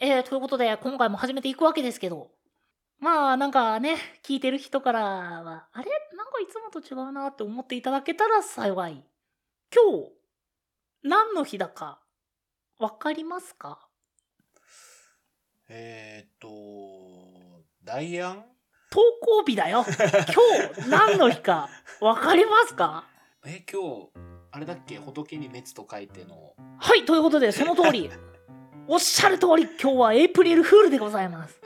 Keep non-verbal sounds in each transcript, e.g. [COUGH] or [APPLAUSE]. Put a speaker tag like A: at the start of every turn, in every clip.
A: えー、ということで、今回も始めていくわけですけど、まあ、なんかね、聞いてる人からは、あれなんかいつもと違うなって思っていただけたら幸い。今日、何の日だか、わかりますか
B: えーっと、ダイアン
A: 投稿日だよ。今日、何の日か、わかりますか
B: え、今日、あれだっけ仏に滅と書いての。
A: はい、ということで、その通り。おっしゃる通り、今日はエイプリルフールでございます。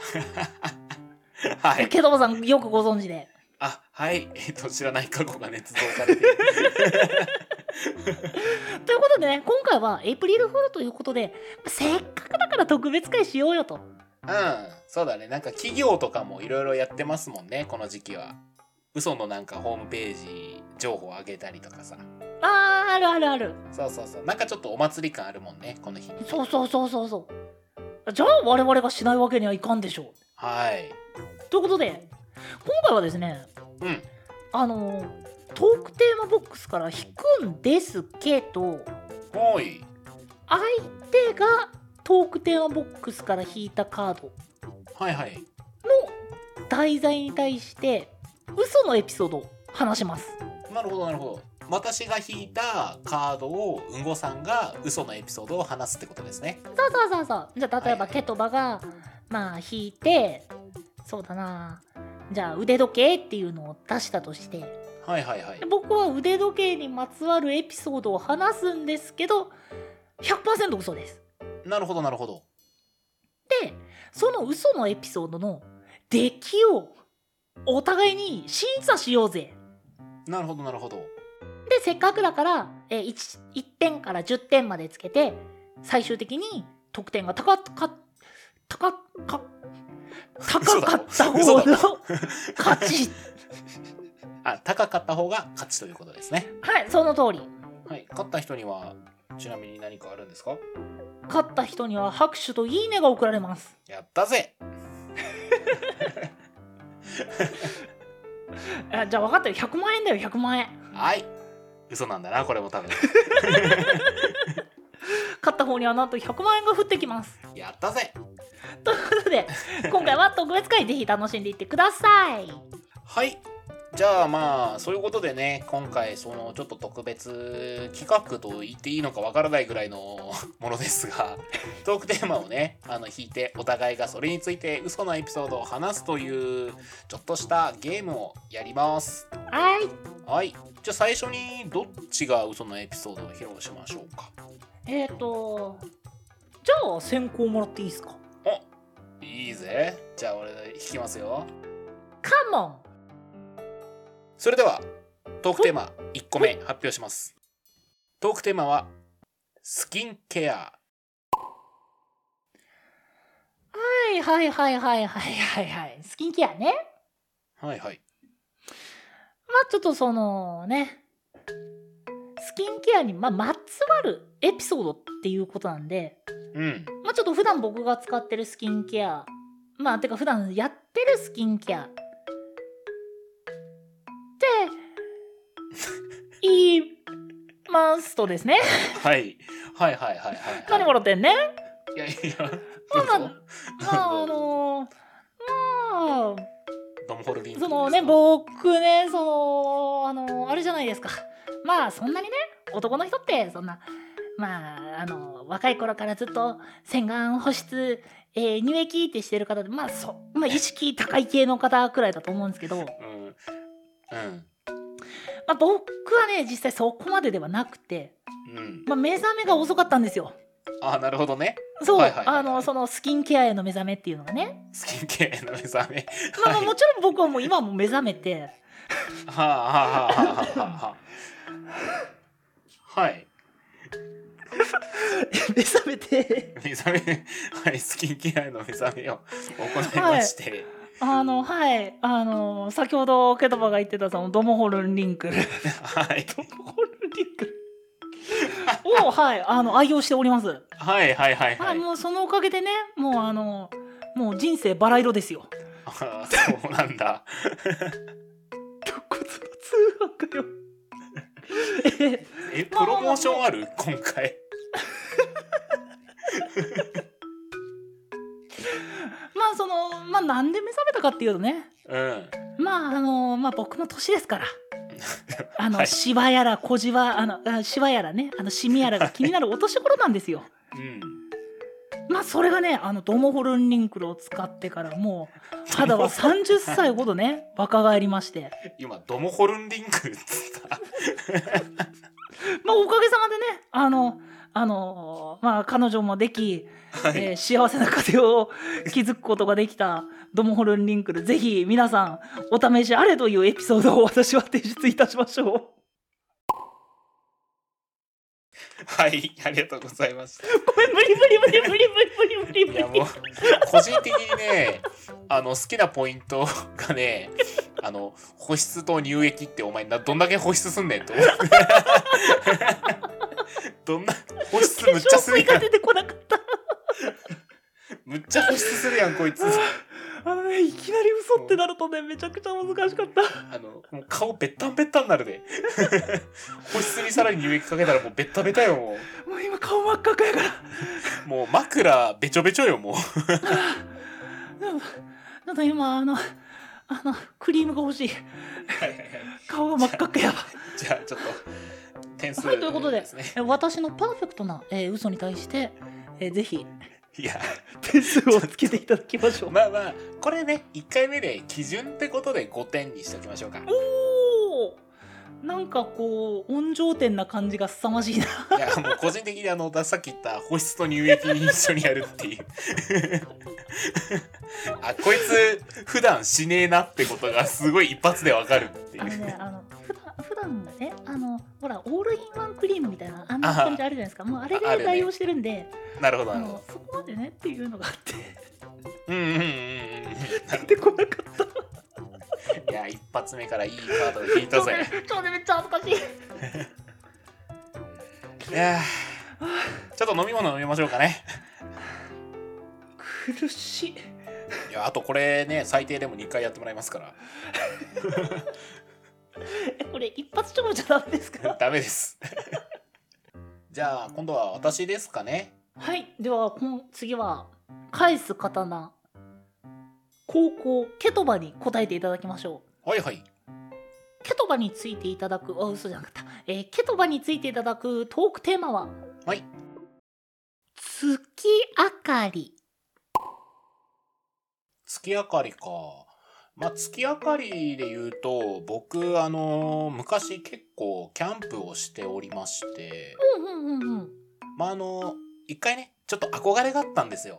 B: は。
A: けどもさん、よくご存知で。
B: あ、はい。 [LAUGHS] えーっと、知らない過去が捏造さ
A: [LAUGHS]
B: れてる。
A: ということでね、今回はエイプリルフールということで、せっかくだから特別会しようよと。
B: うん、そうだね。なんか企業とかもいろいろやってますもんね、この時期は。嘘のなんかホームページ情報を上げたりとかさ。
A: あー、あるあるある。
B: そうそうそう。なんかちょっとお祭り感あるもんね、この日。
A: そうそうそうそうそう。じゃあ我々がしないわけにはいかんでしょ
B: はい。
A: う。ということで、今回はですね、
B: うん。
A: あのートークテーマボックスから引くんですけど、
B: おい。
A: 相手がトークテーマボックスから引いたカード
B: はいはい。
A: の題材に対して、嘘のエピソードを話します。
B: なるほど、なるほど。私が引いたカードを、うんごさんが嘘のエピソードを話すってことですね。
A: そうそうそうそうじゃあ例えば
B: はい
A: ケトバがまあ引いてそうだなじゃあ腕時計っていうのを出したとして
B: はいはいはい
A: で。僕は腕時計にまつわるエピソードを話すんですけど100%嘘です
B: なるほど、なるほど。
A: でその嘘のエピソードの出来をお互いに審査しようぜ
B: なるほど、なるほど。
A: でせっかくだからえー 1, 1点から10点までつけて最終的に得点が高っか高っか高かった方
B: 嘘だ
A: の
B: ろ
A: 勝ち [LAUGHS]
B: あ、高かった方が勝ちということですね。
A: はいその通り
B: はい。勝った人には、ちなみに何かあるんですか
A: 勝った人には拍手といいねが送られます
B: やったぜ
A: あじゃあ分かったよ100万円だよ100万円
B: はい。嘘なんだな、これも多 [LAUGHS] 分。
A: 勝った方にはなんと100万円が降ってきます
B: やったぜ
A: ということで今回は特別会ぜひ楽しんでいってください
B: はい。じゃあまあ、そういうことでね、今回、その、ちょっと特別企画と言っていいのかわからないぐらいの [LAUGHS] ものですが、トークテーマをね、あの、引いて、お互いがそれについて嘘のエピソードを話すという、ちょっとしたゲームをやります。
A: はい
B: はい。じゃあ最初に、どっちが嘘のエピソードを披露しましょうか。
A: えっ、ー、とじゃあ先行もらっていいですか
B: いいぜ。じゃあ俺、引きますよ。
A: カモン
B: それではトークテーマ1個目発表しますトークテーマはスキンケア
A: はいはいはいはいはいはいはい。スキンケアね。
B: はいはい
A: まあちょっとそのね、スキンケアに、まあ、まつわるエピソードっていうことなんで、
B: うん
A: まあちょっと普段僕が使ってるスキンケア、まあてか普段やってるスキンケア。で、言いますとです
B: [LAUGHS]
A: ね。
B: はいはいはいはいはい
A: 何笑
B: っ
A: ってんね
B: いやいや
A: まあまあ
B: どうぞ
A: まああの
B: どうぞ
A: まあ、
B: ドムホルディング
A: そのね僕ねそのあのあれじゃないですかまあそんなにね男の人ってそんなまああの若い頃からずっと洗顔保湿、えー乳液ってしてる方でまあそ、まあ、意識高い系の方くらいだと思うんですけど、ま
B: うんうん
A: あ、僕はね実際そこまでではなくて、
B: うん
A: まあ、目覚めが遅かったんですよ。
B: あなるほどね
A: そう、
B: はいはいはいはい
A: あのそのスキンケアへの目覚めっていうのがね、
B: スキンケアの目覚め
A: まあまあ
B: はい
A: もちろん僕はもう今はもう目覚め
B: [LAUGHS]
A: て
B: はあはあはあはあはあはあはい
A: 目覚めて
B: 目覚めはいスキンケアの目覚めを行いまして、
A: あのはいあの先ほどケトバが言ってたそのドモホルンリンクル
B: はい
A: ドモホルンリンクルをはいあの愛用しております、はい
B: はいはいはいはい。
A: もうそのおかげでねもうあのもう人生バラ色ですよ
B: あーそうなんだ。
A: 露骨の通販かよえ
B: え、プロモーションある今回。
A: あその [LAUGHS] まあなんで目覚めたかっていうとね
B: うん
A: まああのまあ僕の年です [LAUGHS] からあの、
B: はい
A: シワやら小じわあのあシワやらねあのシミやらが気になるお年頃なんですよ。
B: うん
A: まあそれがねあのドモホルンリンクルを使ってからもう肌は30歳ほどね若返りまして
B: 今ドモホルンリンクっつった
A: まあおかげさまでねあのあのまあ彼女もでき、
B: はい、
A: えー幸せな家庭を築くことができたドモホルンリンクルぜひ皆さんお試しあれというエピソードを [LAUGHS] 私は提出いたしましょう。
B: [LAUGHS] はい、ありがとうございます。
A: ごめん無理無理無理無理無理無理無
B: い
A: 理
B: や
A: 無理
B: もう個人的にね、あの好きなポイントがね、あの保湿と乳液ってお前などんだけ保湿すんねんと思って。 [LAUGHS] どんな保湿
A: 化
B: むっちゃ
A: 粧
B: する
A: 水
B: や
A: が
B: ん。
A: 出てこなかった
B: むっちゃ保湿するやんこいつ。
A: あのねいきなり嘘ってなるとねめちゃくちゃ難しかった
B: あのもう顔べったんべったになるで。保湿にさらに乳液かけたらもうべったべたよも
A: もう今顔真っ赤っかやから
B: う。もう枕べちょべちょよもう。
A: うんなんか今あのあのクリームが欲しい顔が真っ赤っかやわ
B: じゃあちょっと点数
A: はいということで
B: ですね。
A: え私のパーフェクトな、えー嘘に対して、えーぜひ
B: いや。
A: 点数をつけていただきましょう
B: まあまあこれね1回目で基準ってことで5点にしておきましょうかい
A: おーなんかこう温情点な感じが凄まじいな
B: やもう個人的にあのさっき言った保湿と乳液に一緒にやるっていうあこいつ普段しねえなってことがすごい一発でわかるってい
A: あの
B: う
A: ねあの普段普段ねあのほらオールインワンクリームみたいなあんな
B: あは
A: 感じあるじゃないですかもうあれで
B: ああるね
A: 代用してるんで
B: なるほど
A: あ
B: なるほ
A: のそこまでねっていうのがあって
B: どうんうんうんうん
A: 出てこなかった
B: いや一発目からいいカードを引いた
A: 超ね
B: ぜ
A: 超ねめっちゃ恥ずかしい
B: いやーちょっと飲み物飲みましょうかね
A: 苦しい
B: いやあとこれね最低でも2回やってもらいますから
A: え [LAUGHS] これ一発勝負じゃダメですか
B: [LAUGHS] ダメです。じゃあ今度は私ですかね。
A: はいではこの次は返す刀高校ケトバに答えていただきましょう
B: はいはい。
A: ケトバについていただくあ嘘じゃなかった、えーケトバについていただくトークテーマは
B: はい
A: 月明かり
B: 月明かりか。まあ月明かりで言うと僕あの昔結構キャンプをしておりまして、
A: うんうんうんうん
B: まああの一回ねちょっと憧れがあったんですよ。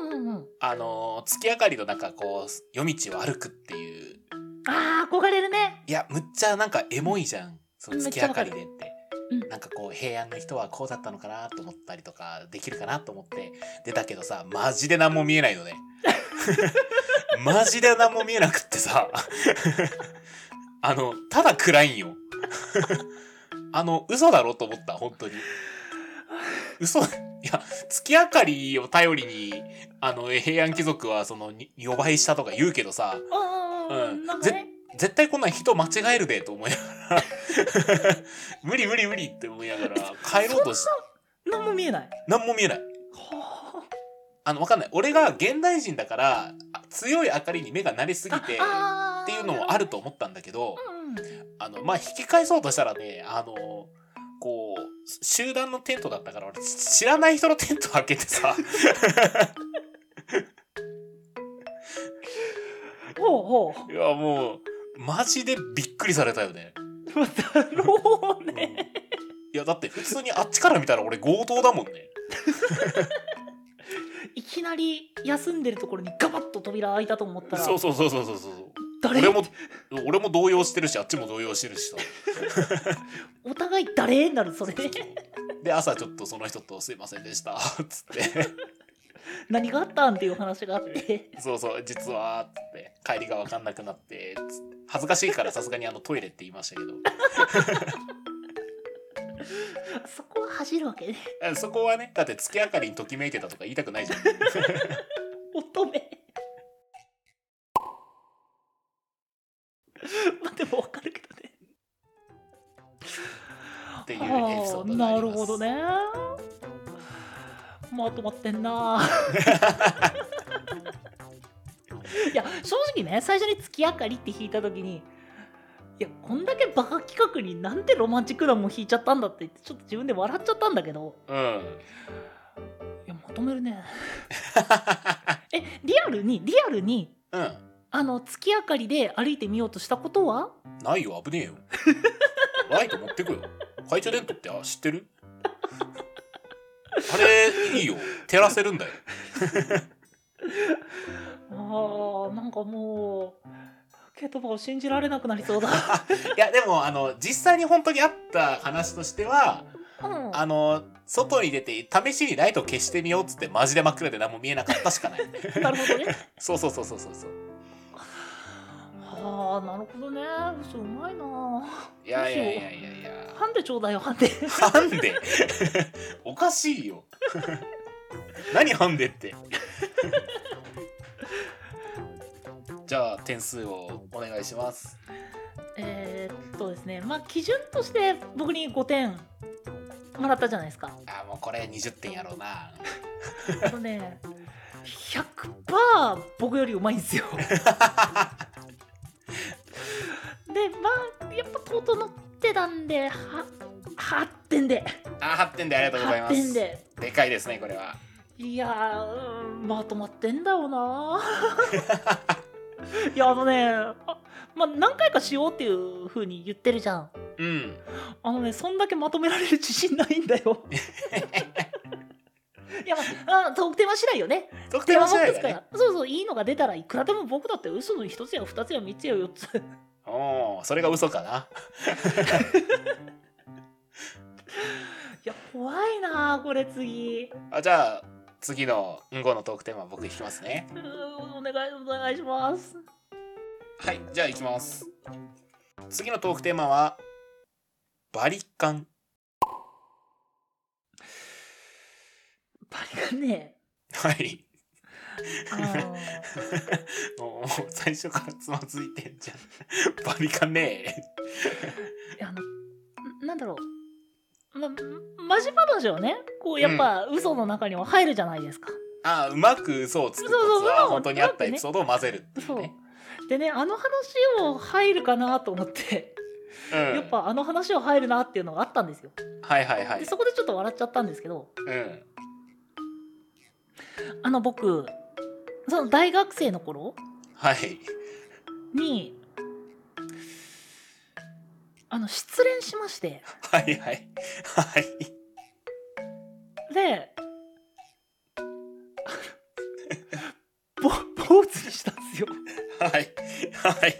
A: うんうんうん
B: あの月明かりの中こう夜道を歩くっていう
A: あー憧れるね
B: いやむっちゃなんかエモいじゃんその
A: うん
B: 月明かりでって、
A: うん
B: なんかこう平安の人はこうだったのかなと思ったりとかできるかなと思って出たけどさマジで何も見えな
A: [LAUGHS]
B: いのねマジで何も見えなくってさあのただ暗いんよあの嘘だろと思った本当に嘘いや月明かりを頼りにあの平安貴族はそのに予売したとか言うけどさ
A: うんうんう
B: うん
A: んなんかね
B: 絶対こんなん人間違えるでと思いなが
A: [LAUGHS]
B: ら無理無理無理って思いながら帰ろうとし
A: 何も見えない
B: 何も見えない
A: は
B: あのわかんない俺が現代人だからあ強い明かりに目が慣れすぎ
A: あ
B: てっ
A: あー
B: ていうのもあると思ったんだけど
A: うんうん
B: あのまあ引き返そうとしたらねあのこう集団のテントだったから俺知らない人のテント開けて
A: [LAUGHS]
B: さ
A: ほうほう [LAUGHS]
B: いやもうマジでびっくりされたよね。
A: まあだろう
B: うん
A: ね。
B: いやだって普通にあっちから見たら俺強盗だもんね。
A: いきなり休んでるところにガバッと扉開いたと思ったら、
B: そうそうそうそうそうそう
A: 誰
B: 俺も俺も動揺してるしあっちも動揺してるしさ
A: お互い誰になるそれ [LAUGHS] で
B: [LAUGHS] で朝ちょっとその人と「すいませんでした」 [LAUGHS] っつって
A: 何があったんっていう話があって、 [LAUGHS]
B: 「そうそう実は」っつって「帰りが分かんなくなって」っつって恥ずかしいからさすがにあのトイレって言いましたけど [LAUGHS]
A: そこは走るわけね。
B: あそこはねだって月明かりにときめいてたとか言いたくないじゃん
A: 乙女。 [LAUGHS] まあでもわかるけどね。
B: っていうエピ
A: あ
B: ソード
A: [LAUGHS] あ、
B: にな
A: な
B: ります
A: るほどね。 [LAUGHS] まとまってんな。や正直ね最初に「月明かり」って弾いた時にいやこんだけバカ企画になんでロマンチックなもん弾いちゃったんだって言ってちょっと自分で笑っちゃったんだけど
B: うん
A: いや求める [LAUGHS] ねえリアルにリアルに
B: うん
A: あの月明かりで歩いてみようとしたことは
B: ないよ危ねえよ [LAUGHS] ライト持ってくよ懐中電灯ってあ知ってる [LAUGHS] あれいいよ照らせるんだよ
A: あーなんかもうケイトバを信じられなくなりそうだ、 [LAUGHS]
B: いやでもあの実際に本当にあった話としては
A: うん、
B: あの外に出て試しにライト消してみようっつってマジで真っ暗で何も見えなかったしかない
A: なるほどね
B: そうそうそうそうそうそう
A: はあなるほどね嘘うまいない
B: やいやいやいやいや
A: ハンデちょうだいよハン
B: [LAUGHS]
A: デ
B: ハンデおかしいよ [LAUGHS] 何ハンデってじゃあ点数をお願いします
A: えーっとですねまあ基準として僕に5点もらったじゃないですか
B: あもうこれ20点やろうな
A: あのね100%僕よりうまいん
B: [LAUGHS]
A: ですよでまあやっぱとうとう乗ってたんでは8点で
B: あ8点でありがとうござい
A: 8
B: ます
A: 点で
B: でかいですねこれはい
A: やーうんまとまってんだよな [LAUGHS] いやあのねあまあ何回かしようっていう風に言ってるじゃん
B: うん
A: あのねそんだけまとめられる自信ないんだ [LAUGHS] よいやまああ得点は次第よね
B: 得
A: 手
B: 点
A: は
B: はし
A: 持っ
B: な
A: て
B: い
A: す
B: か
A: からら、
B: ね
A: そうそういいのが出たらいくらでも僕だって嘘の一つや二つや三つや四つ
B: おーそれが嘘かない
A: や怖いなあこれ次
B: あじゃあ次の「んご」のトークテーマ僕引きますね
A: うーお願いお願いします
B: はいじゃあ行きます次のトークテーマはバリカン
A: バリがね
B: はい
A: あのー
B: もう最初からつまずいてんじゃんバリカンね
A: いやあのんなんだろうまマジ話をねこうやっぱ嘘の中には入るじゃないですか、
B: あうまく嘘をつくコツ
A: そうそううま
B: は
A: く
B: 本当にあったエピソードを混ぜるっていうね
A: そうでねあの話を入るかなと思って、
B: うん
A: やっぱあの話を入るなっていうのがあったんですよ、
B: はいはいはい
A: でそこでちょっと笑っちゃったんですけど
B: うん
A: あの僕その大学生の頃
B: はい
A: にあの失恋しまして
B: はいはいはい
A: で [LAUGHS] ぼ坊主にしたんですよ
B: はいはい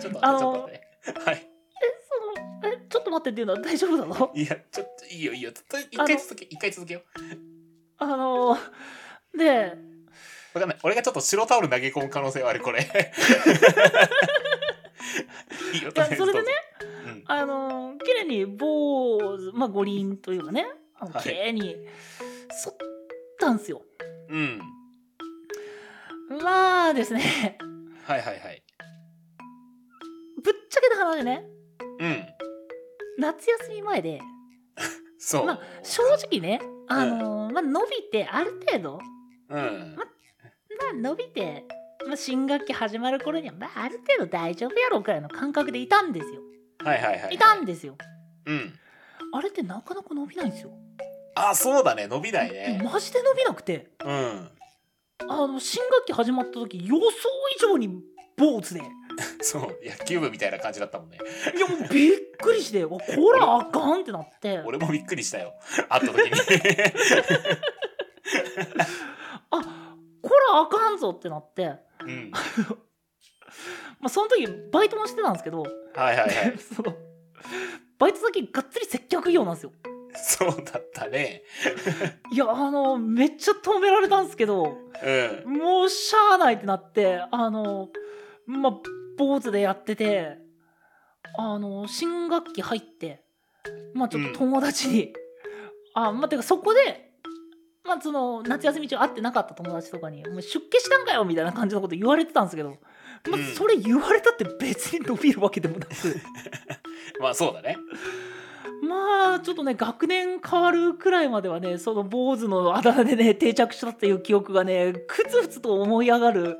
B: ちょっと待ってちょっと
A: あ
B: 待って
A: の
B: ちょっと待ってはい
A: そのえちょっと待ってっていうのは大丈夫な
B: [LAUGHS]
A: の
B: いやちょっといいよいいよちょっと一
A: あ
B: 回
A: の
B: 続け一回続けよう
A: あの
B: [LAUGHS]
A: で
B: わかんない。俺がちょっと白タオル投げ込む可能性はある、
A: [LAUGHS]
B: これ。いいよ、
A: いやそれでね
B: とりあえずどうぞ。うん
A: あの綺麗に坊主まあ五輪というかねあの
B: はい
A: 綺麗に剃ったんですよ、
B: うん。
A: まあですね [LAUGHS]
B: はいはいはい。
A: ぶっちゃけた話でね
B: うん。
A: 夏休み前で
B: そう。
A: まあ正直ねあの、まあ、伸びてある程度、ま
B: うん。
A: あ、伸びて、まあ、新学期始まる頃には、まあ、ある程度大丈夫やろうくらいの感覚でいたんですよ
B: はいはいはい。
A: いたんですよ
B: うん。
A: あれってなかなか伸びないんですよ、
B: あ、そうだね。伸びないね。
A: マジで伸びなくて
B: うん。
A: あの新学期始まった時予想以上に坊主で
B: そう。野球部みたいな感じだったもんね。
A: いやもうびっくり
B: [LAUGHS]
A: して、わこらあかんってなって、
B: 俺もびっくりしたよ。会った時に。
A: [LAUGHS] あこらあかんぞってなって、
B: うん。
A: まあ、その時バイトもしてたんですけど、
B: はいはいはい。
A: [LAUGHS] そのバイト先がっつり接客業なんですよ。
B: そうだったね。
A: いやあのめっちゃ止められたんですけど
B: うん。
A: もうしゃあないってなってあのまあ坊主でやっててあの新学期入ってまあちょっと友達に、あまあてかそこでまあその夏休み中会ってなかった友達とかに「もう出家したんかよ」みたいな感じのこと言われてたんですけど、ま
B: うん
A: あ、それ言われたって別に伸びるわけでもなく
B: まあそうだね。
A: まあちょっとね学年変わるくらいまではねその坊主のあだ名でね定着したっていう記憶がねくつふつと思い上が [LAUGHS] る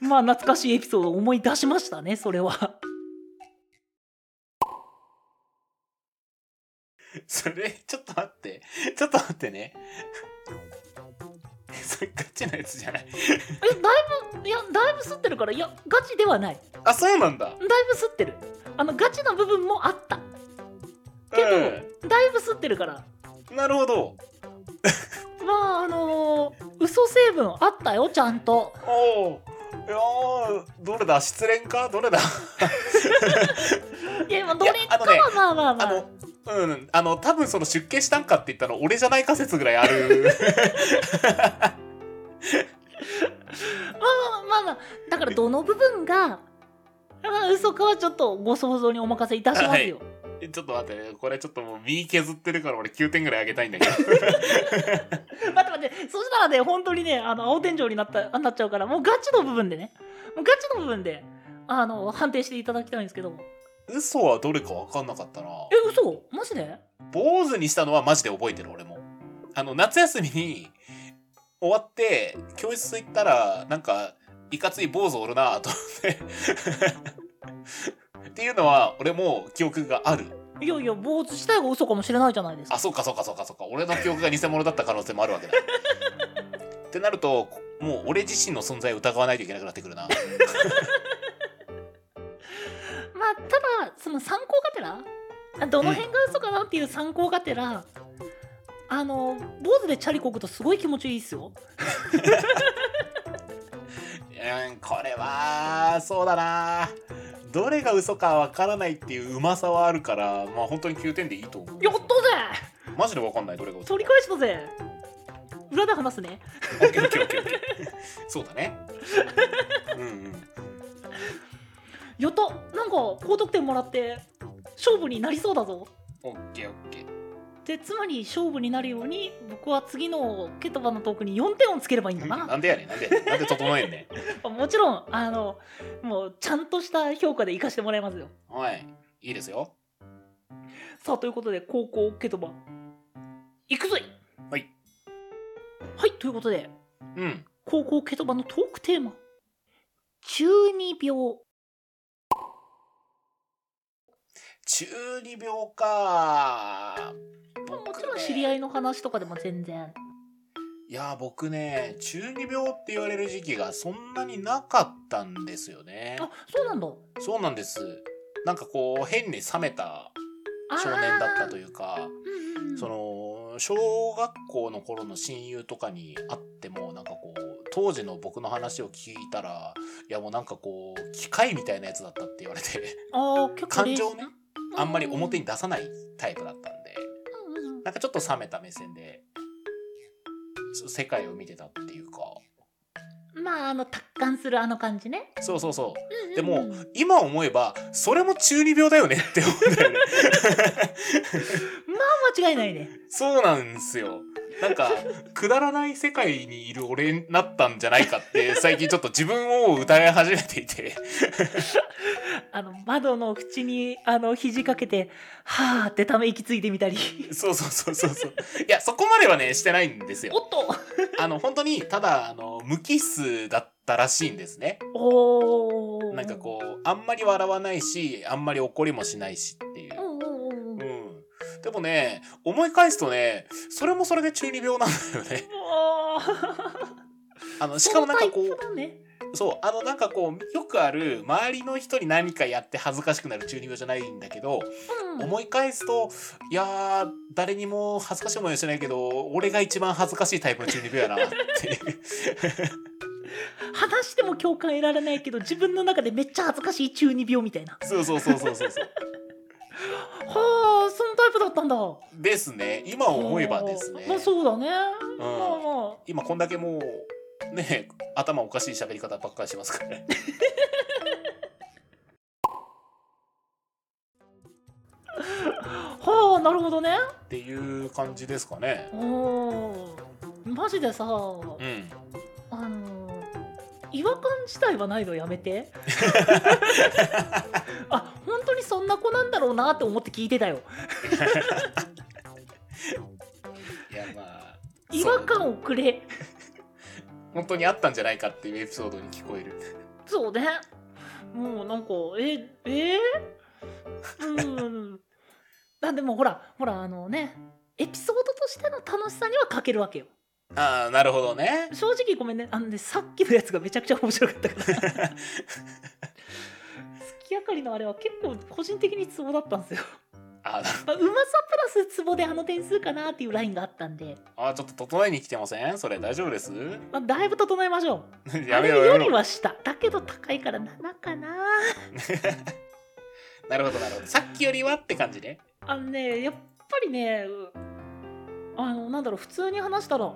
A: まあ懐かしいエピソードを思い出しましたねそれは。
B: [LAUGHS] それちょっと待ってちょっと待ってね [LAUGHS] それガチなやつじゃない
A: えだいぶいやだいぶ吸ってるからいやガチではないだい
B: あそうなんだ
A: ぶ吸ってるあのガチな部分もあったけど、だいぶ吸ってるから
B: うん、なるほど
A: まああのー嘘成分あったよちゃんと
B: おおいやーどれだ失恋かどれだ
A: いやまあどれ
B: いや
A: か
B: あのね
A: はまあまあま
B: あ
A: あ
B: のうんあの多分その出家したんかって言ったら俺じゃない仮説ぐらい
A: [LAUGHS]
B: ある
A: まあまあだからどの部分がまあ嘘かはちょっとご想像にお任せいたしますよ、
B: ちょっと待ってねこれちょっともう身削ってるから俺9点ぐらいあげたいんだけど
A: 待って待ってそしたらね本当にねあの青天井になったなっちゃうからもうガチの部分でねもうガチの部分であの判定していただきたいんですけど
B: 嘘はどれか分かんなかった
A: え
B: な
A: 嘘マジで
B: 坊主にしたのはマジで覚えてる俺もあの夏休みに終わって教室行ったらなんかいかつい坊主おるなと思 [LAUGHS] ってっていうのは俺も記憶がある
A: いやいや坊主自体が嘘かもしれないじゃないですか
B: あそうかそうかそうかそうか俺の記憶が偽物だった可能性もあるわけだってなるともう俺自身の存在を疑わないといけなくなってくるな
A: まあただその参考がてらあどの辺が嘘かなっていう参考がてら、あの坊主でチャリこぐとすごい気持ちいいっすよ
B: うんこれはそうだなどれが嘘かわからないっていううまさはあるからまあ本当に9点でいいと思う
A: やったぜ
B: マジでわかんないどれが嘘
A: 取り返したぜ裏で話すね
B: オッケーオッケーオッケーオッケーそうだねうんうん
A: やったなんか高得点もらって勝負になりそうだぞ
B: オッケーオッケー
A: でつまり勝負になるように僕は次のケトバのトークに4点をつければいいんだな
B: なんでやねんなんでなんで整えんね
A: もちろんあのもうちゃんとした評価で生かしてもらいますよ
B: んはいいいですよ
A: さあということで高校ケトバ行くぞい
B: はい
A: はいということで
B: うん
A: 高校ケトバのトークテーマ12秒
B: 中二病か僕ね
A: もちろん知り合いの話とかでも全然
B: いや僕ね中二病って言われる時期がそんなになかったんですよね
A: あそうなんだ
B: そうなんですなんかこう変に冷めた
A: あー
B: 少年だったというか
A: うんうん
B: その小学校の頃の親友とかに会ってもなんかこう当時の僕の話を聞いたらいやもうなんかこう機械みたいなやつだったって言われて
A: [LAUGHS] あー結構
B: 感情ね
A: 冷静
B: あんまり表に出さないタイプだったんで
A: うんうんうん
B: なんかちょっと冷めた目線でそ世界を見てたっていうか
A: まああの達観するあの感じね。
B: そうそうそう
A: うんうんうん
B: でも今思えばそれも中二病だよねって思うんだよね
A: 間違いないね。
B: そうなんですよなんかくだらない世界にいる俺になったんじゃないかって最近ちょっと自分を疑い始めていて
A: あの窓の縁にあの肘掛けてはあってため息ついてみたり。
B: そうそうそうそうそういやそこまではねしてないんで
A: [LAUGHS]
B: す
A: お
B: よ
A: っと。
B: あの本当にただあの無機質だったらしいんですね
A: おお。
B: なんかこうあんまり笑わないしあんまり怒りもしないしってい
A: う。
B: う
A: んうんうんうん。
B: う、
A: もうん
B: でもね思い返すとねそれもそれで中二病なんだよね。あのしかもなんかこう
A: そのタイプだね
B: そうあのなんかこうよくある周りの人に何かやって恥ずかしくなる中二病じゃないんだけど、
A: うん
B: 思い返すといやー誰にも恥ずかしい思いはしてないけど俺が一番恥ずかしいタイプの中二病やなっていう [LAUGHS]
A: 話しても共感得られないけど自分の中でめっちゃ恥ずかしい中二病みたいな。
B: そうそうそうそうそうそう
A: はあそのタイプだったんだ。
B: ですね今思えばですね
A: あーまあそうだね。
B: ん
A: まあまあ。
B: 今こんだけもうね頭おかしい喋り方ばっかりしますからね
A: はあなるほどね。
B: っていう感じですかね
A: おーマジでさ、
B: うん
A: あのー違和感自体はないのやめてあ本当にそんな子なんだろうなって思って聞いてたよ
B: いやまあ
A: 違和感をくれ
B: 本当にあったんじゃないかっていうエピソードに聞こえる
A: そうねもうなんかええー、うんあでもほらほらあのねエピソードとしての楽しさには欠けるわけよ
B: ああなるほどね
A: 正直ごめんねあのねさっきのやつがめちゃくちゃ面白かったから月明かりのあれは結構個人的にツボだったんですよ、まあ、
B: あな
A: うまさプラスツボであの点数かなっていうラインがあったんで、
B: あちょっと整えに来てませんそれ大丈夫です
A: まあ、だいぶ整えましょう
B: [LAUGHS] やめろ
A: あれ
B: や
A: よ
B: め
A: り
B: ろ
A: は下だけど高いから7かな
B: なるほどなるほどさっきよりはって感じね
A: あのねやっぱりねうあのなんだろう普通に話したらあ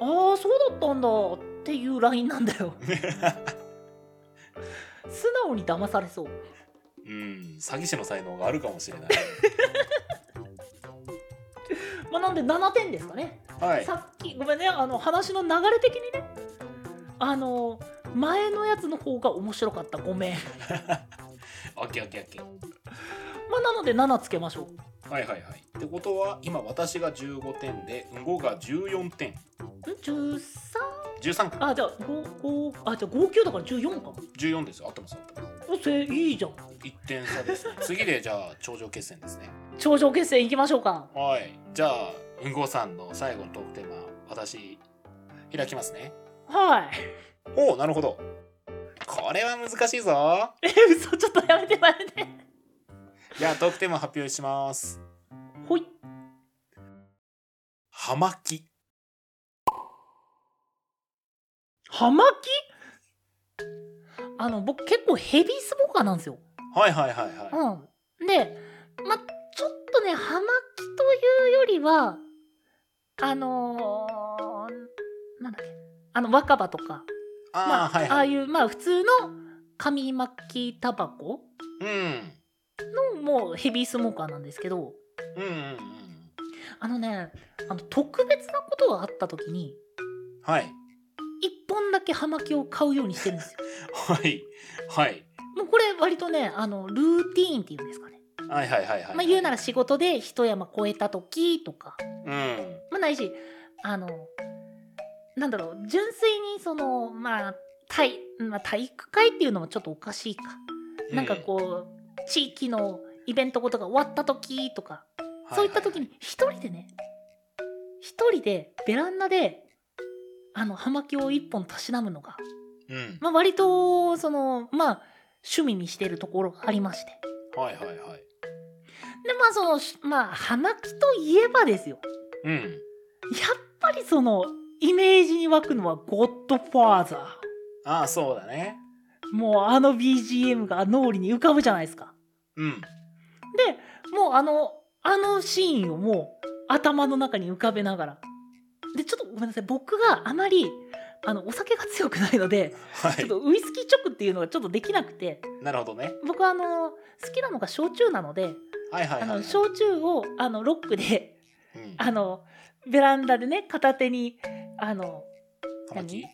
A: あーそうだったんだっていうラインなんだよ素直に騙されそう
B: うん詐欺師の才能があるかもしれ
A: [LAUGHS]
B: ない
A: まあなんで7点ですかね、
B: はい
A: さっきごめんねあの話の流れ的にねあの前のやつの方が面白かったごめん [LAUGHS]
B: オッケーオッケーオッケー
A: まあなので7つけましょう
B: はいはいはいってことは今私が15点で語が14点
A: ん 13?
B: 13か
A: あじゃあ55あじゃあ59だから14か
B: 14ですよ合ってます合ってます
A: おせいいじゃん
B: 1点差で
A: [LAUGHS]
B: すね次でじゃあ頂上決戦ですね
A: 頂上決戦いきましょうか
B: はいじゃあうんごさんの最後のトークテーマ私開きますね
A: はい [LAUGHS]
B: おおなるほどこれは難しいぞ
A: え嘘ちょっとやめてやめて
B: じゃあトークテーマ発表します
A: ほい
B: 葉巻
A: 葉巻あの僕結構ヘビースモーカーなんですよ
B: はいはいはいは
A: うんでまちょっとね葉巻というよりはあのーなんだっけあの若葉とか
B: いあ
A: ま
B: あはい
A: あ
B: は
A: あ
B: い
A: いうまあ普通の紙巻きタバコ
B: うん
A: のもうヘビースモーカーなんですけど
B: うんうんうん
A: あのねあの特別なことがあった時に
B: はい
A: 1本だけ葉巻を買うようにしてるん
B: [LAUGHS]
A: ですよ
B: はいはい
A: もうこれ割とねあのルーティーンっていうんですかね、
B: はいはいはいはい
A: まあ、言うなら仕事で一山越えた時とか、
B: うん
A: まあ、ないしあのなんだろう純粋にそのまあ体,、まあ、体育会っていうのもちょっとおかしいか、なんかこう地域のイベントごとが終わった時とか、
B: うん
A: そういった時に一人でね一人でベランダであの葉巻を一本たしなむのが、
B: うん
A: まあ、割とそのまあ趣味にしてるところがありまして。
B: はいはいはい
A: でまあそのしまあ葉巻といえばですよ
B: うん
A: やっぱりそのイメージに湧くのは「ゴッドファーザ
B: ああそうだね
A: ー」もうあの BGM が脳裏に浮かぶじゃないですか
B: うん
A: でもうあのあのシーンをもう頭の中に浮かべながらでちょっとごめんなさい僕があまりあのお酒が強くないので
B: は
A: ちょっ
B: い
A: とウイスキーチョクっていうのがちょっとできなくて
B: なるほどね
A: 僕はあの好きなのが焼酎なので
B: はいはい
A: あ
B: はいはい
A: の焼酎をあのロックで
B: うん
A: あのベランダでね片手にあの
B: 葉巻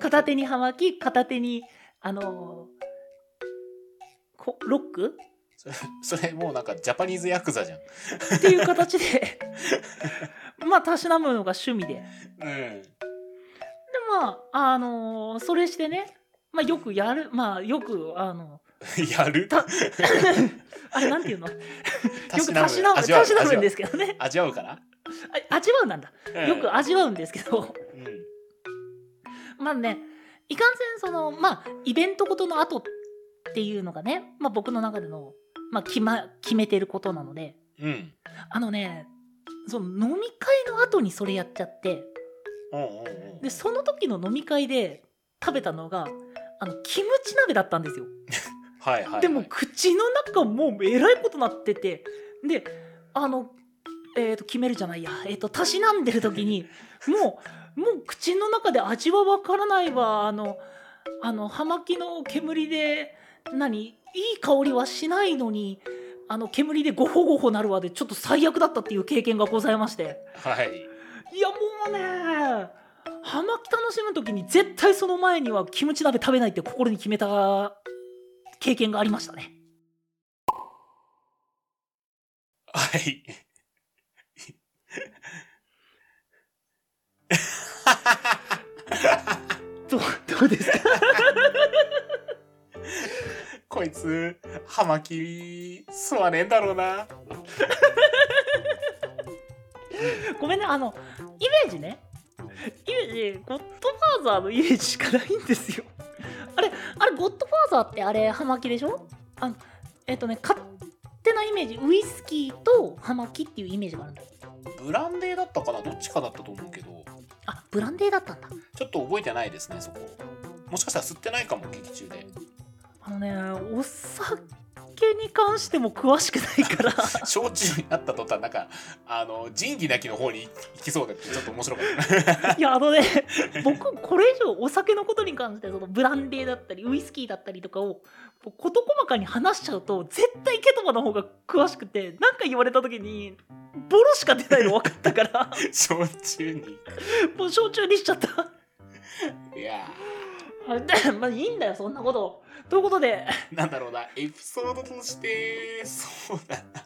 A: 片手に葉巻片手にあのこロック
B: それそれもうなんかジャパニーズヤクザじゃん
A: っていう形で [LAUGHS] まあたしなむのが趣味でで
B: うん
A: [LAUGHS] まああのそれしてね、まあ、よくやるまあよくあの
B: やる
A: たあれなんていうの [LAUGHS] よくたしなむ
B: 味わう
A: たしなむんですすけどね
B: 味わうから
A: あ味わうなんだよく
B: あ
A: 味わうんですけど [LAUGHS] まあね、いかんせんその、まあ、イベントごとの後っていうのがね、まあ、僕の中での、まあ、決ま、決めてることなので、
B: うん
A: あのね、その飲み会の後にそれやっちゃって、
B: うんうんうんうん
A: で、その時の飲み会で食べたのが、あの、キムチ鍋だったんですよ。
B: はいはいはい
A: でも、口の中もうえらいことなってて、で、あの、えっ、と、決めるじゃないや、えっ、と、たしなんでる時
B: [LAUGHS]
A: に、もう、もう口の中で味はわからないわ、あの、あの、葉巻の煙で、何、いい香りはしないのに、あの、煙でゴホゴホなるわで、ちょっと最悪だったっていう経験がございまして。
B: はい
A: いや、もうね、葉巻楽しむ時に絶対その前にはキムチ鍋食べないって心に決めた経験がありましたね。
B: はい。
A: どう [LAUGHS] どうですか
B: こいつ、葉巻吸わねえんだろうな。
A: ごめんねあのイメージねイメージゴッドファーザーのイメージしかないんですよ [LAUGHS] あれあれゴッドファーザーってあれ葉巻でしょあのえっとね勝手なイメージウイスキーと葉巻っていうイメージがあるんだよ
B: ブランデーだったかなどっちかだったと思うけど、
A: あブランデーだったんだ
B: ちょっと覚えてないですね、そこ。もしかしたら吸ってないかも、劇中で。 [LAUGHS]
A: あのねお酒に関しても詳しくないから
B: 焼酎になった途端、なんか、あの、仁義なきの方に行きそうだって、ちょっと面白かった。
A: いやあのね僕これ以上お酒のことに関してそのブランデーだったりウイスキーだったりとかをこう事細かに話しちゃうと絶対ケトバの方が詳しくて何か言われた時にボロしか出ないの分かったから [LAUGHS]
B: [LAUGHS] 焼酎に。
A: もう焼酎にしちゃった [LAUGHS]
B: いや
A: あでまあいいんだよそんなことということで、
B: ー、なんだろうな、エピソードとして、そうだな。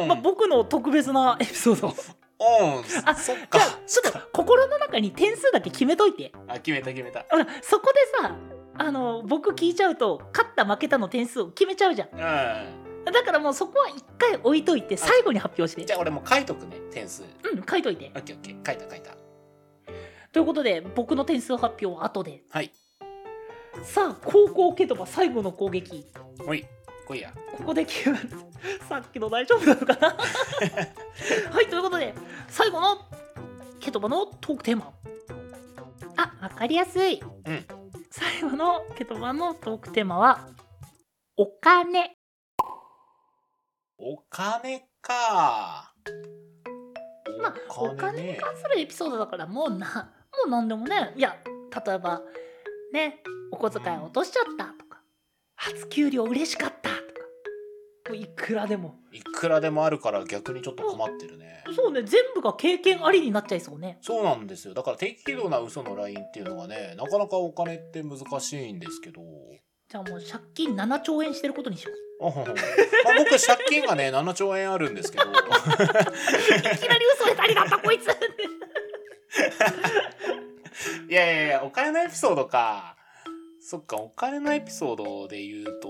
B: オ
A: [LAUGHS]
B: ン、
A: まあ、僕の特別なエピソード
B: オン、
A: あ
B: そっ
A: じ
B: か
A: ゃあ。ちょっと心の中に点数だけ決めといて
B: あ、決めた決めた。
A: ほらそこでさあの僕聞いちゃうと勝った負けたの点数を決めちゃうじゃん
B: うん。
A: だからもうそこは一回置いといて最後に発表して
B: じゃあ俺もう書いとくね、点数。
A: うん書いといて
B: オッケーオッケー、書いた書いた。
A: ということで僕の点数発表は後で
B: はい。
A: さあ高校ケトバ最後の攻撃
B: おい、来いや。
A: ここで決まるさっきの大丈夫なのか [LAUGHS] なはいということで最後のケトバのトークテーマあわかりやすい、
B: うん
A: 最後のケトバのトークテーマはお金
B: お金か。
A: まあ、お金に関するエピソードだからもうなもう何でもねいや例えばねお小遣い落としちゃったとか初給料嬉しかったとかもういくらでも
B: いくらでもあるから逆にちょっと困ってるね。
A: そうね全部が経験ありになっちゃいそうね
B: そうなんですよ。だから適度な嘘のラインっていうのがね、なかなかお金って難しいんですけど。
A: じゃあもう借金7兆円してることにしよう
B: あは
A: [LAUGHS]
B: はまあ僕借金がね7兆円あるんですけど
A: いきなり嘘下手になったこいつ
B: いやいやいやお金のエピソードかそっかお金のエピソードで言うと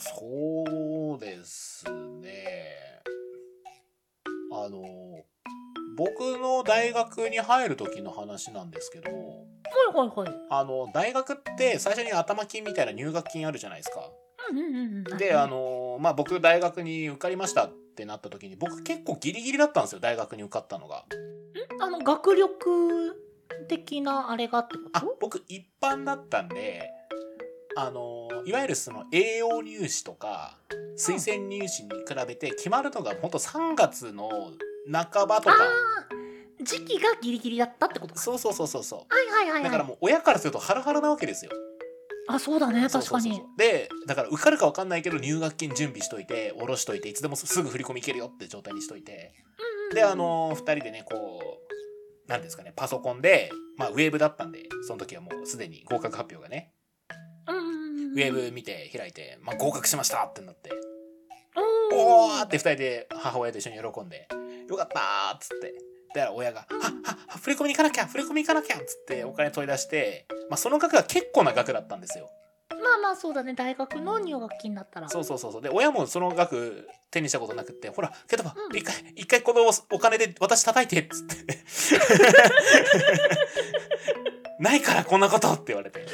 B: そうですねあの僕の大学に入る時の話なんですけど
A: はいはいはい
B: あの大学って最初に頭金みたいな入学金あるじゃないですか。
A: うんうんうんうん
B: であのまあ僕大学に受かりましたってなった時に僕結構ギリギリだったんですよ大学に受かったのが。
A: あの学力的なあれがってこ
B: あ
A: と
B: 僕一般だったんであのいわゆるその栄養入試とか推薦入試に比べて決まるのがほんと3月の半ばと
A: あ
B: か
A: ー時期がギリギリだったってことか
B: そうそうそうそうそ
A: はいはいはいうは
B: だ
A: い
B: からもう親からするとハラハラなわけですよ
A: あそうだね
B: そう
A: 確
B: そ
A: か
B: うそう
A: に
B: そうでだから受かるか分かんないけど入学金準備しといて下ろしといていつでもすぐ振り込み行けるよって状態にしといてであの2人でねこうなんですかねパソコンでまあウェーブだったんでその時はもうすでに合格発表がね
A: うんうんうん
B: ウェーブ見て開いて、まあ、合格しましたってなって、お
A: お
B: ーって二人で母親と一緒に喜んで、よかったーっつって。だから親が、はっはっは、振り込み行かなきゃ、振り込み行かなきゃっつってお金取り出して、まあ、その額が結構な額だったんですよ。
A: まあまあそうだね大学の入学金だったら
B: そううそうそうそう。で、親もその額手にしたことなくって、ほら、ケトバ
A: う、ん
B: 一回、一回このお金で私叩いてっつって。
A: [LAUGHS]
B: ないからこんなことって言われて。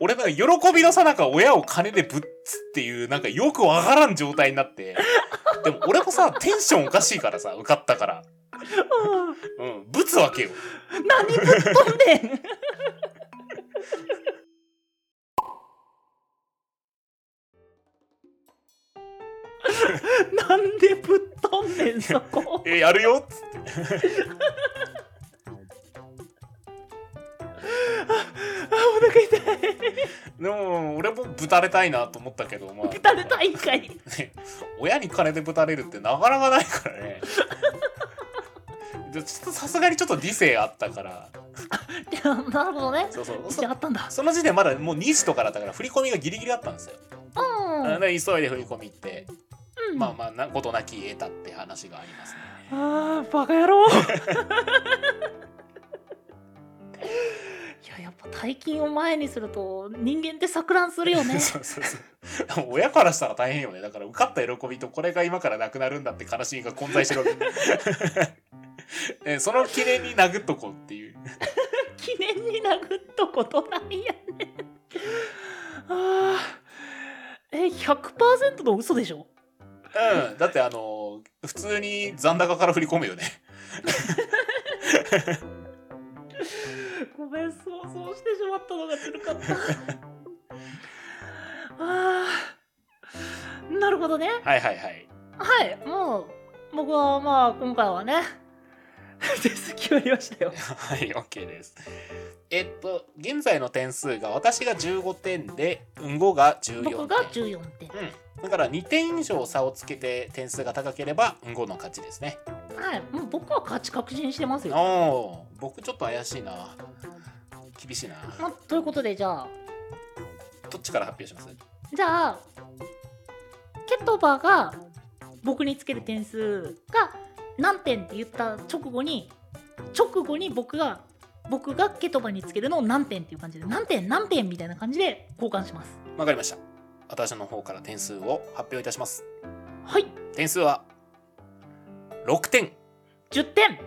B: 俺なんか喜びのさなか親を金でぶっつっていうなんかよくわからん状態になってでも俺もさテンションおかしいからさ受かったからうんぶつわけよ
A: ん何ぶっ飛んでんなんでぶっ飛んでんそこ
B: えやるよっつって
A: あ [LAUGHS] お腹痛い
B: でも俺もぶたれたいなと思ったけどまあ
A: ぶたれたいんか [LAUGHS] い
B: ね [LAUGHS] 親に金でぶたれるってなかなかないからねでちょっとさすがにちょっと理性あったから
A: いやなるほどね
B: そうそう
A: 時期
B: そ
A: あったんだ
B: その時点まだもう2時とかだったから振り込みがギリギリだったんですよ、
A: うんうん
B: だから急いで振り込み行って
A: うん
B: まあまあなことなき得たって話がありますね。
A: あーバカ野郎 [LAUGHS] いややっぱ大金を前にすると人間って錯乱するよね
B: [LAUGHS] そうそうそう親からしたら大変よねだから受かった喜びとこれが今からなくなるんだって悲しみが混在してるわけえその記念に殴っとこうっていう
A: 記念に殴っとことないやね [LAUGHS] あーえ100%の嘘でしょ
B: うんだってあの普通に残高から振り込むよね
A: ごめん想像してしまったのがつるかった [LAUGHS] あーなるほどね
B: はいはいはい
A: はいもう僕はまあ今回は [LAUGHS] ね手すき終わりましたよ
B: はい OK ですえっと現在の点数が私が15点でうんごが14点
A: 僕が14点
B: うんだから2点以上差をつけて点数が高ければうんごの勝ちですね
A: はいもう僕は勝ち確信してます
B: お
A: よ、
B: おー僕ちょっと怪しいな厳しいな
A: まあ、ということでじゃあ
B: どっちから発表します
A: じゃあケトバが僕につける点数が何点って言った直後に直後に僕が僕がケトバにつけるのを何点っていう感じで何点何点みたいな感じで交換します
B: わかりました私の方から点数を発表いたします
A: はい
B: 点数は6点
A: 10点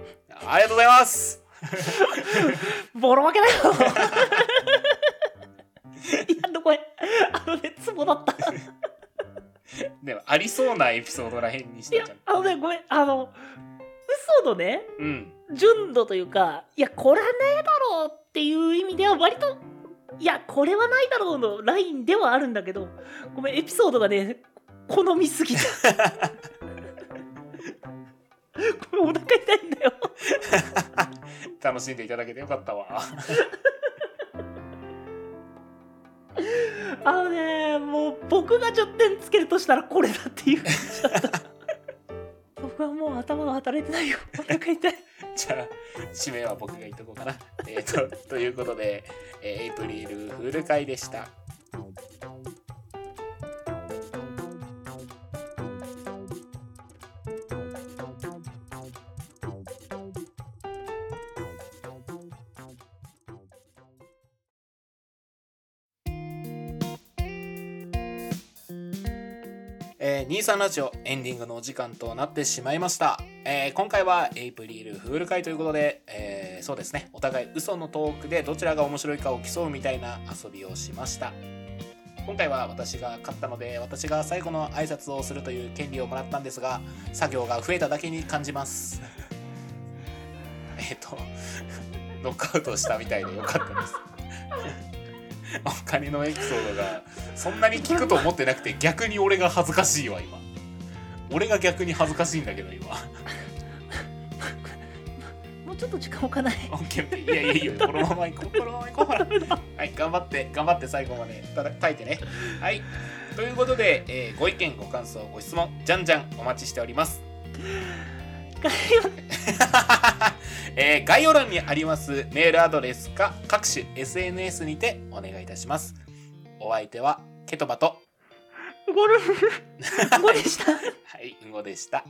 B: ありがとうございます
A: ボロ負けだよいやどこへあのねツボだった
B: でもありそうなエピソードらへんにし
A: い
B: て
A: や
B: ちゃん
A: あのねごめんあの嘘のね
B: うん
A: 純度というかいやこれはねえだろうっていう意味では割といやこれはないだろうのラインではあるんだけどごめんエピソードがね好みすぎたごめんお腹痛いんだよ
B: 楽しんでいただけてよかったわ
A: あのねもう僕が10点つけるとしたらこれだっていう感じだった僕はもう頭が働いてないよお腹痛い
B: [LAUGHS] じゃあ締めは僕が言っとこうかなえっ、とということで、えーエイプリルフール会でしたえー、23ラジオエンディングのお時間となってしまいました、えー今回はエイプリルフール会ということで、えーそうですねお互い嘘のトークでどちらが面白いかを競うみたいな遊びをしました今回は私が勝ったので私が最後の挨拶をするという権利をもらったんですが作業が増えただけに感じます [LAUGHS] えっとノックアウトしたみたいでよかったです [LAUGHS] お金のエピソードがそんなに聞くと思ってなくて逆に俺が恥ずかしいわ今俺が逆に恥ずかしいんだけど今
A: もうちょっと時間置かない
B: OK いやいやいやこのまま行こうこのまま行こうほらはい頑張って頑張って最後までただ書いてねはいということで、えーご意見ご感想ご質問じゃんじゃんお待ちしております [LAUGHS] えー概要欄にありますメールアドレスか各種 SNS にてお願いいたしますお相手はケトバと
A: ゴルフゴルフでした
B: はい、うんごでした。